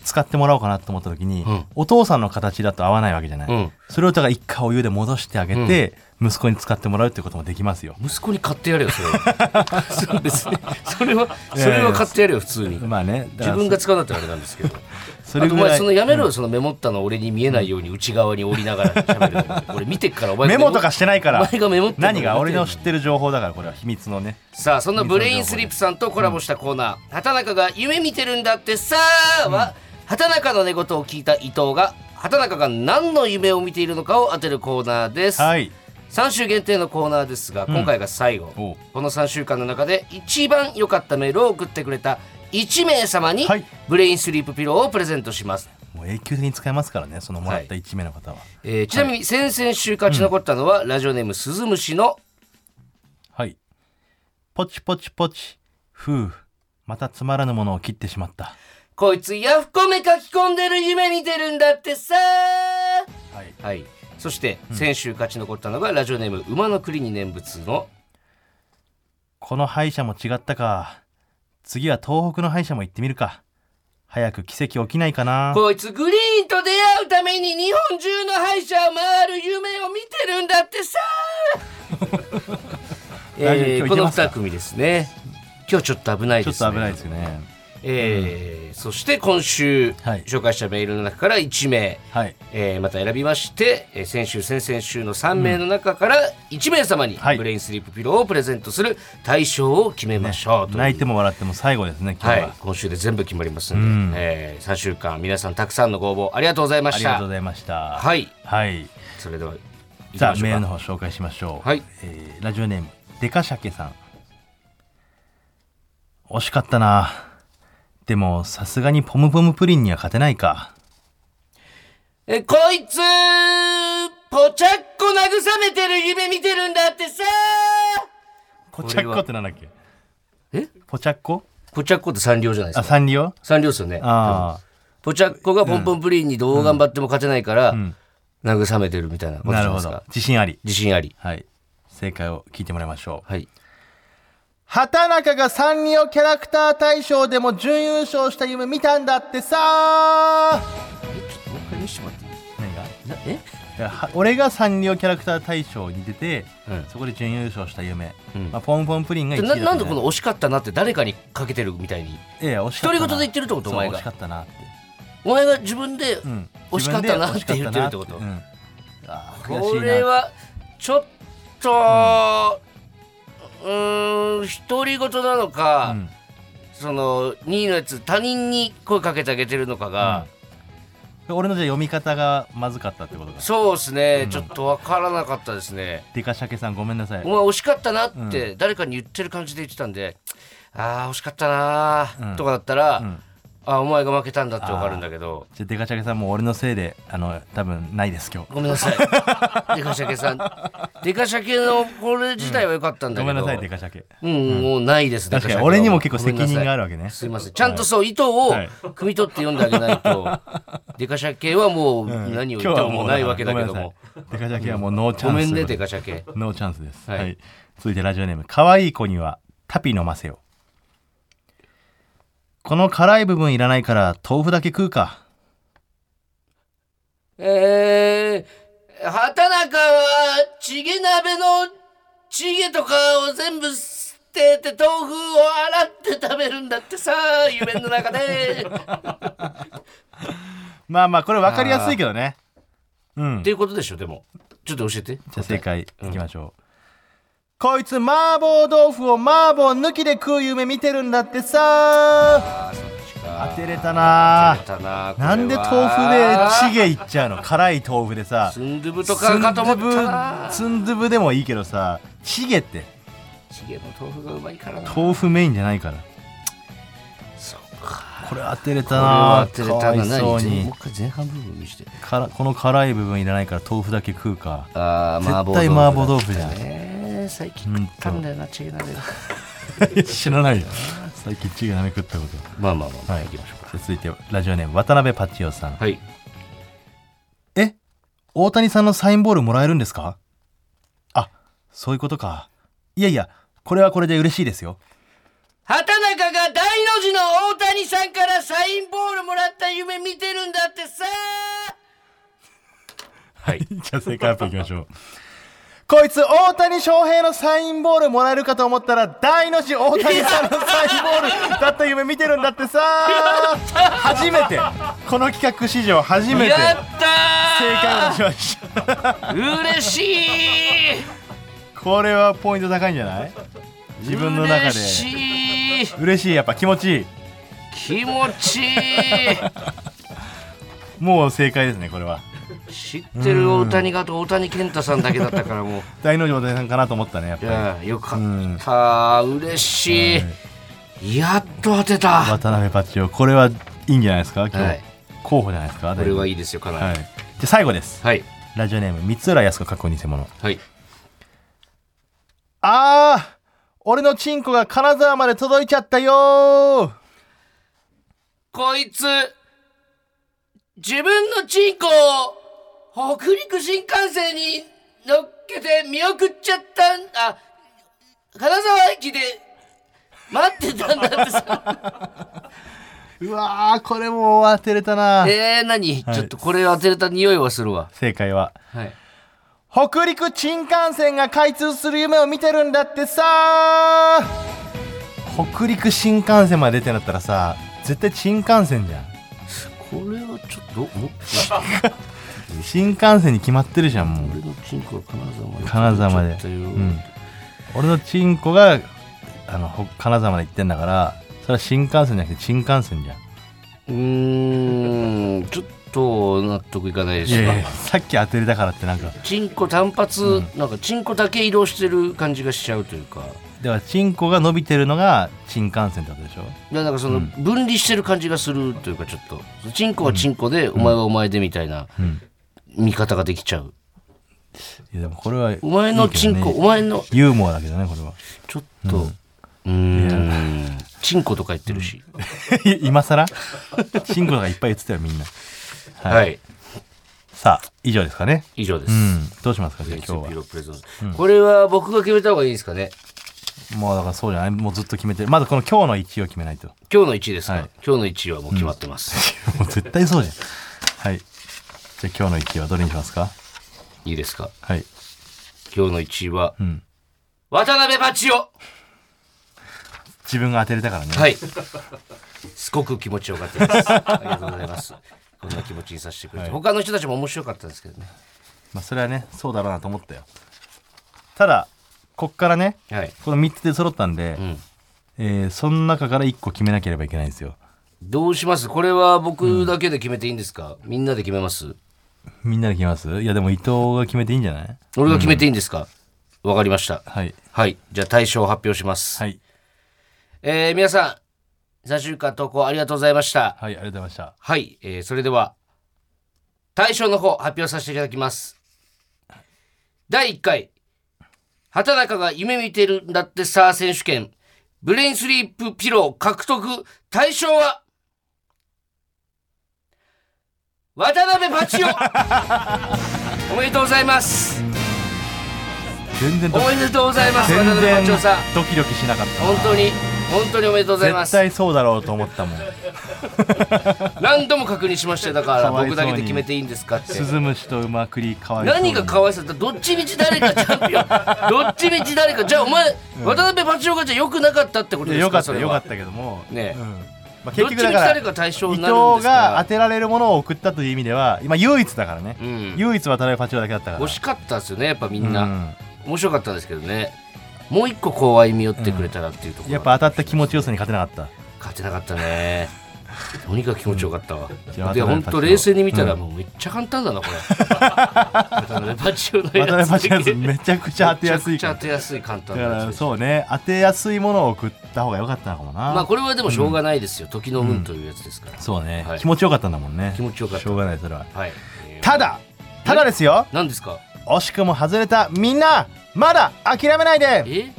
使ってもらおうかなと思った時に、うんお父さんの形だと合わないわけじゃない、うんそれをだから一回お湯で戻してあげて、息子に使ってもらうってこともできますよ息子に買ってやれよ それはそう別にそれはそれは買ってやれよ普通にまあねだ自から分が使うなってあれなんですけどそあれとぐおら前いそのやめろよそのメモったの俺に見えないように内側に折りながら喋 るの俺見てっからお前メモとかしてないかおら前がメモってん何が俺の知知ってる情報だからこれは秘密のねさあそんなブレインスリップさんとコラボしたコーナー「畑中が夢見てるんだってさ」は畑中の寝言を聞いた伊藤が畑中が何の夢を見ているのかを当てるコーナーですはい3週限定のコーナーですが今回が最後、おうこの3週間の中で一番良かったメールを送ってくれた1名様にはいブレインスリープピローをプレゼントします、もう永久的に使えますからねそのもらった1名の方はえーちなみに先々週勝ち残ったのは、ラジオネームスズムシのはい。ポチポチポチ。ふう。またつまらぬものを切ってしまった。 「こいつヤフコメ書き込んでる夢見てるんだってさ」はい。はいそして先週勝ち残ったのがラジオネーム馬の栗に念仏のこの歯医者も違ったか。次は東北の歯医者も行ってみるか。早く奇跡起きないかな。こいつグリーンと出会うために日本中の歯医者を回る夢を見てるんだって さえー大丈夫今日こ行けのますか2組ですね今日ちょっと危ないちょでっすねと危ないですよね。えーそして今週はい紹介したメールの中から1名、はい。えーまた選びまして、えー先週先々週の3名の中から1名様にはいブレインスリープピローをプレゼントする対象を決めましょうという、泣いても笑っても最後ですね、今は日いは。、今週で全部決まりますんで、うんえ3週間皆さんたくさんのご応募ありがとうございまあしりがたとうございました。。はいいはい。それでは行きさまあしょうメールのか方紹介しましょう、はいえーラジオネームでかしゃけさん惜しかったなでもさすがにポムポムプリンには勝てないかえこいつポチャッコ慰めてる夢見てるんだってさポれはチャッコってなんだっけえポチャッコポチャッコって三両じゃないであすかサンリオ三両ですよねあポチャッコがポンポンプリンにどう頑張っても勝てないから、ん慰めてるみたいなこあとじなゃなるいでほすどか自信あり自信ありはい正解を聞いてもらいましょうはい畑中がサンリオキャラクター大賞でも準優勝した夢見たんだってさ何えちょっともう一回見せてもらっていがいなえだからは俺がサンリオキャラクター大賞に出て、うんそこで準優勝した夢、うんまあ、ポンポンプリンが1位だなったなんでこの惜しかったなって誰かにかけてるみたいにいやいや惜しかったな独り言で言ってるってことそうお前が惜しかったなって、お前が自分でうん惜しかったなって言ってるってこと、自分で惜しかったなってうんあー悔しいなこれはちょっとうーん独り言なのか、うんその2位のやつ他人に声かけてあげてるのかが、俺のじゃあ読み方がまずかったってことかそうですね、ちょっと分からなかったですねデカシャケさんごめんなさいお前惜しかったなって誰かに言ってる感じで言ってたんで、ああ惜しかったなーとかだったら、んあーお前が負けたんだって分かるんだけどじゃあデカシャケさんもう俺のせいであの多分ないです今日ごめんな さいデカシャケさんデカシャケのこれ自体は良かったんだごけど、うんめん、なさいデカシャケもうないです確かデカシャケには俺にも結構責任があごるわけめんなねさいすいませんちゃんとそう意図をはい汲み取って読んであげないと、 デカシャケはもううん何を言っ今日てはももうないわけだけどごめんなも、さいデカシャケはもうノーチャンごスめんねとデいうこカシャケとでノーチャンスですははいい、続いてラジオネーム可愛い子にはタピ飲ませよこの辛い部分いらないから豆腐だけ食うかえー、畑中はチゲ鍋のチゲとかを全部すってって豆腐を洗って食べるんだってさ 夢の中でまあまあこれ分かりやすいけどねうんっていうことでしょでもちょっと教えてじゃあ正解いきましょう、こいつ麻婆豆腐を麻婆抜きで食う夢見てるんだってさ当てれたなたななんで豆腐でチゲいっちゃうの辛い豆腐でさスンドゥブとかかと思ったなスンドゥブでもいいけどさチゲってチゲの豆腐がうまいからな豆腐メインじゃないからそっかこれ当てれこたれなは当てれたかなわいそう何もうに一回前半部分見してからこの辛い部分いらないから豆腐だけ食う かあー絶対麻婆豆腐じゃん麻婆豆腐だね最近食ったんだよなチゲ鍋知らないよ最近チゲ鍋食ったことまあまあまあまあはい行きましょうか続いてラジオネーム渡辺パッチオさんはいえ大谷さんのサインボールもらえるんですかあそういうことかいやいやこれはこれで嬉しいですよ畑中が大の字の大谷さんからサインボールもらった夢見てるんだってさはい じゃあ正解アップいきましょうこいつ大谷翔平のサインボールもらえるかと思ったら大の字大谷さんのサインボールだった夢見てるんだってさ初めてこの企画史上初めてやっ正解をた出しました ー嬉しいこれはポイント高いんじゃない自分の中で嬉しい嬉しいやっぱ気持ちいい気持ちいもう正解ですねこれはい知ってる大谷がと大谷健太さんだけだったからもう大の字大谷さんかなと思ったねやっいぱりやよかった、嬉しい、やっと当てた渡辺パッチオこれはいいんじゃないですか今日、はい候補じゃないですかこれはいいですよかなはりい、じゃあ最後ですはいラジオネーム三浦靖子過去偽物はいあー俺のチンコが金沢まで届いちゃったよーこいつ、自分のチンコを北陸新幹線に乗っけて見送っちゃったん、あ、金沢駅で待ってたんだって さ。うわーこれも当てれたなえー、何、ちょっとこれ当てれた匂いはするわ。正解ははい。北陸新幹線が開通する夢を見てるんだってさ北陸新幹線まで出てなったらさ絶対新幹線じゃんこれはちょっと、お新幹線に決まってるじゃんもう俺のチンコは金沢まで。金沢までちょっとようん俺のチンコがあのほ金沢まで行ってんだからそれは新幹線じゃなくて新幹線じゃんうーん、ちょっと納得いかないでいすやいねや。さっき当てれたからってなんかチンコ単発、なんかチンコだけ移動してる感じがしちゃうというか。ではチンコが伸びてるのが新幹線ってことでしょいやなんかその分離してる感じがするというかちょっとチンコはチンコでお前はお前でみたいな見方ができちゃういやでもこれはお前のチンコいいけどおね前のユーモアだけどねこれは ちょっとうーんチンコとか言ってるしい今更 チンコがいっぱい言ってたよみんなはいはいさあ以上ですかね以上でうすんどうしますかじゃあ今日はプレゾンこれは僕が決めた方がいいですかねもうだからそうじゃないもうずっと決めてるまずこの今日の1位を決めないとも今日の1位ですはいか今日の1位はもう決まってますう絶対そうじゃんはいじゃあ今日の1位はどれにしますかいいですかはい今日の1位はん渡辺パチオ自分が当てれたからねはい。すごく気持ちよかったです。ありがとうございます。こんな気持ちにさせてくれて、はい他の人たちも面白かったんですけどね。まあそれはねそうだろうなと思ったよただこっからねはい。この3つで揃ったんで、んえーその中から1個決めなければいけないんですよどうしますこれは僕だけで決めていいんですか、みんなで決めますみんなで決めますいやでも伊藤が決めていいんじゃない俺が決めていいんですかわ、かりました。はいはい。じゃあ対象を発表します。はいえー皆さん、3週間投稿ありがとうございました。はいありがとうございましたはい、えーそれでは対象の方発表させていただきます第1回畑中が夢見てるんだってさあ選手権ブレインスリープピロー獲得対象は渡辺パチオ おめでとうございます全然おドキめでとうございます渡全辺パ然チオさんドキドキしなかったな本当にお本当におめでとうございま絶す対そうだろうと思ったもん何度も確認しましたよだからかわいそ僕うにだけで決めていいんですかってスズムシとうまくりかわいそうに何が可愛さってどっちみち誰かチャンピオ ンどっちみち誰かじゃあお前、渡辺パチオカじゃ良くなかったってこといですやよかかっそたれよかはったけどもねえうんまあ、どっ結ちみち局だから誰か対象伊に藤なるんですがか当てられるものを送ったという意味では今唯一だからね、うん唯一渡辺パチオだけだったから惜しかったですよねやっぱみんうな、ん面白かったですけどねもう一個こう歩み寄ってくれたらっていうところ、やっぱ当たった気持ちよさに勝てなかっ勝てなかった ねとにかく気持ちよかったわ、じゃあで渡本辺パチオ当冷静に見たらもうめっちゃ簡単だな これ渡辺パチオのた渡や辺つパチオやつめめちゃくちゃ当てちやゃすくいちかゃら当てやすい簡単だなかやつらそうね当てやすいものを送った方が良かったのかもな、まあこれはでもしょうがないですよ、時の運というやつですから、そうね、はい気持ちよかったんだもんね気持ちよかったしょうがないそれははい、えーただただですよ何ですか惜しくも外れたみんなまだ諦めないでえ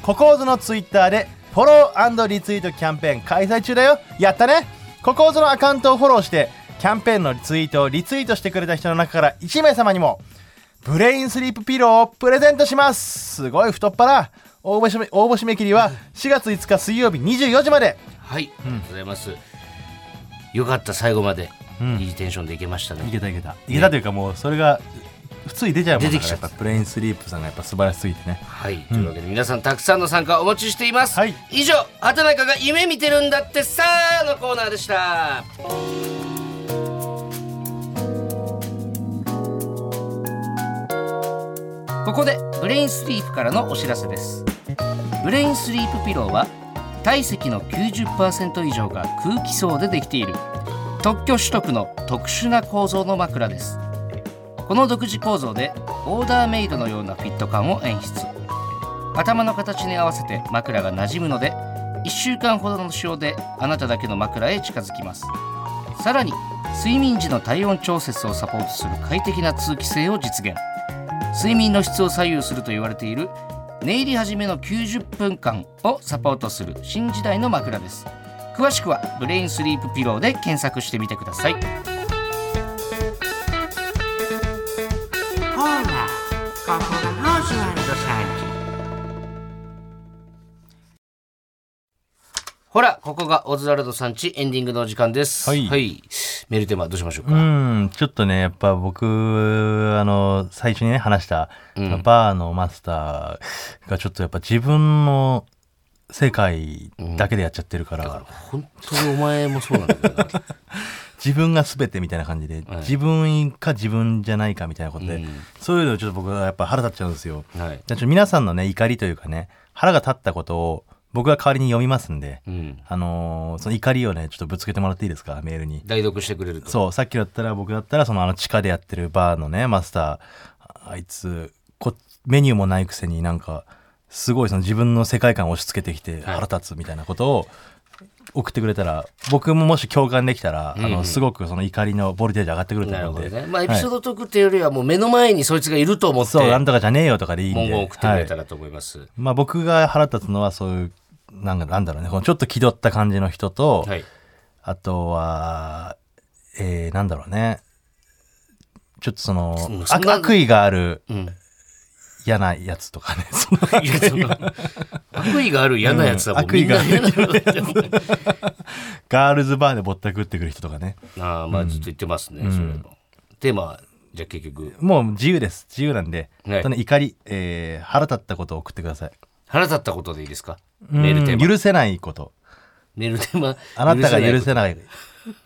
ココーズのツイッターでフォローリツイートキャンペーン開催中だよやったねココーズのアカウントをフォローしてキャンペーンのツイートをリツイートしてくれた人の中から1名様にもブレインスリープピローをプレゼントしますすごい太っ腹応募締め応募締め切りは4月5日水曜日24時まではい、ありがとうございますよかった最後まで、いいテンションでいけましたねいけたいけたいけたというかもうそれが普通に出ちゃうもんだから出てきちゃったやっぱブレインスリープさんがやっぱ素晴らしすぎてねはい、というわけで皆さんたくさんの参加お待ちしています、はい以上「畑中が夢見てるんだってさ」のコーナーでしたここでブレインスリープからのお知らせですブレインスリープピローは体積の90%以上が空気層でできている特許取得の特殊な構造の枕ですこの独自構造でオーダーメイドのようなフィット感を演出頭の形に合わせて枕が馴染むので1週間ほどの使用であなただけの枕へ近づきますさらに睡眠時の体温調節をサポートする快適な通気性を実現睡眠の質を左右すると言われている寝入り始めの90分間をサポートする新時代の枕です詳しくはブレインスリープピローで検索してみてください Hola, Coco Rosualdo Sanchi. ほら、ここがオズワルドさんちエンディングのお時間です。はいメールテーマどうしましょううか。んちょっとねやっぱ僕あの最初にね話した、バーのマスターがちょっとやっぱ自分の世界だけでやっちゃってるから、本当にお前もそうなんだけどな。自分が全てみたいな感じで、自分か自分じゃないかみたいなことで、うんそういうのちょっと僕はやっぱ腹立っちゃうんですよ。 はいじゃあちょっと皆さんのね怒りというかね腹が立ったことを僕が代わりに読みますんで、うん。あのーその怒りをねちょっとぶつけてもらっていいですかメールに。代読してくれると。そうさっきだったら僕だったらそのあの地下でやってるバーのねマスターあいつこメニューもないくせになんかすごいその自分の世界観を押し付けてきて腹立つみたいなことを送ってくれたら僕ももし共感できたら、あのすごくその怒りのボルテージ上がってくるとなる思うほんでどね。まあ、エピソードトークっていうよりは、もう目の前にそいつがいると思って、そうなんとかじゃねえよとかでいいんで文言を送ってくれたはらいと思います。はまあ、僕が腹立つのはそういうなんかなんだろうねこのちょっと気取った感じの人と、い。あとは、えー、なんだろうね。ちょっとその、うんそん悪な悪意があるうん。 嫌なやつとかね。 そのいやその悪意がある嫌なやつはもうみうん悪意んがなある嫌なやつ だもんねガールズバーでぼったくってくる人とかね。ああ、まあずっと言ってますね、それも。テーマは、じゃあ結局、もう自由です。自由なんで。はい本当に怒り、えー腹立ったことを送ってください。腹立ったことでいいですかメールテーうマん。許せないこと。メールテーマ。あなたが許せない。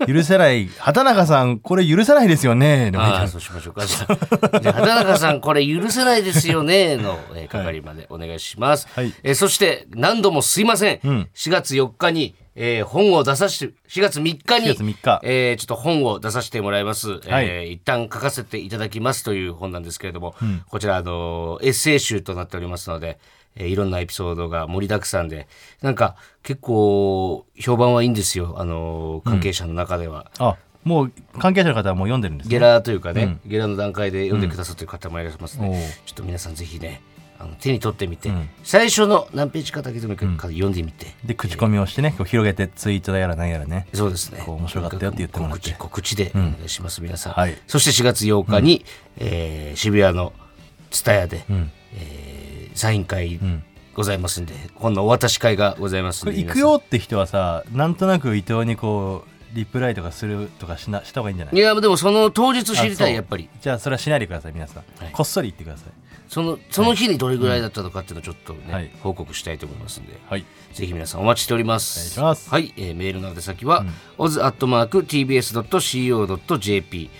許せない。畑中さん、これ許せないですよね。でもいいああ、そうしましょうか。じゃあ、じゃあ畑中さん、これ許せないですよね、の、えー係までお願いします。はいえーそして、何度もすいません。4月4日に、えー本を出させて、4月3日に、 4月3日えーちょっと本を出させてもらいます。はいえー一旦書かせていただきますという本なんですけれども、こちら、あのーエッセイ集となっておりますので、えーいろんなエピソードが盛りだくさんで、なんか、結構、評判はいいんですよ。あのー関係者の中では。あ、もう関係者の方はもう読んでるんですゲね。ラというかね、ゲラの段階で読んでくださってる方もいらっしゃいますね、おうちょっと皆さんぜひねあの手に取ってみて、最初の何ページかだけでもいいから読んでみて、で、口コミをしてね、こう広げてツイートだやらなんやらね。そうですねこう面白かったよって言ってもらって告知告知でお願いします、皆さん、はいそして4月8日に、えー渋谷の蔦屋で、えーサイン会ございますんで、今度お渡し会がございますんこれで。行くよって人はさなんとなく伊藤にこうリプライとかするとかしなした方がいいんじゃない皆さん。いや、でもその当日知りあたそうい、やっぱり。じゃあそれはしないでください皆さん、はいこっそり言ってくださいその、その日にどれぐらいだったのかっていうのをちょっとね、はい報告したいと思いますんで。はいぜひ皆さんお待ちしております。お願いしますはい、えーメールの宛先は、oz.tbs.co.jp、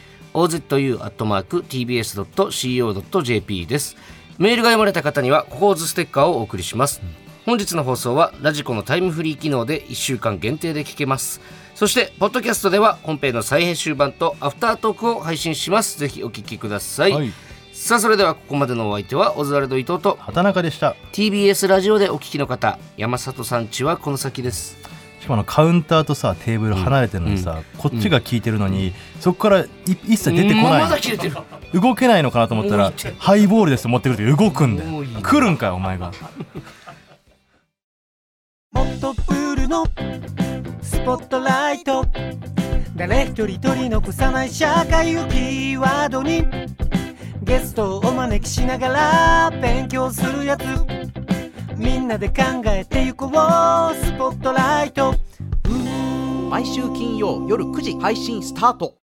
ozu.tbs.co.jp です。メールが読まれた方には、ココーズステッカーをお送りします。本日の放送は、ラジコのタイムフリー機能で1週間限定で聞けます。そして、ポッドキャストでは、本編の再編集版とアフタートークを配信します。ぜひお聞きください。はいさあ、それではここまでのお相手は、オズワルド伊藤と、畑中でした TBS ラジオでお聞きの方山里さんちはこの先ですしかもあのカウンターとさテーブル離れてるのにさ、こっちが聞いてるのに、そこからい一切出てこもうなまだい切れてる動けないのかなと思ったらハイボールです持ってくると動くんだよもういい来るんかいお前がもっとプールのスポットライト誰一人取り残さない社会をキーワードにゲストをお招きしながら勉強するやつみんなで考えてゆこうスポットライト毎週金曜夜9時配信スタート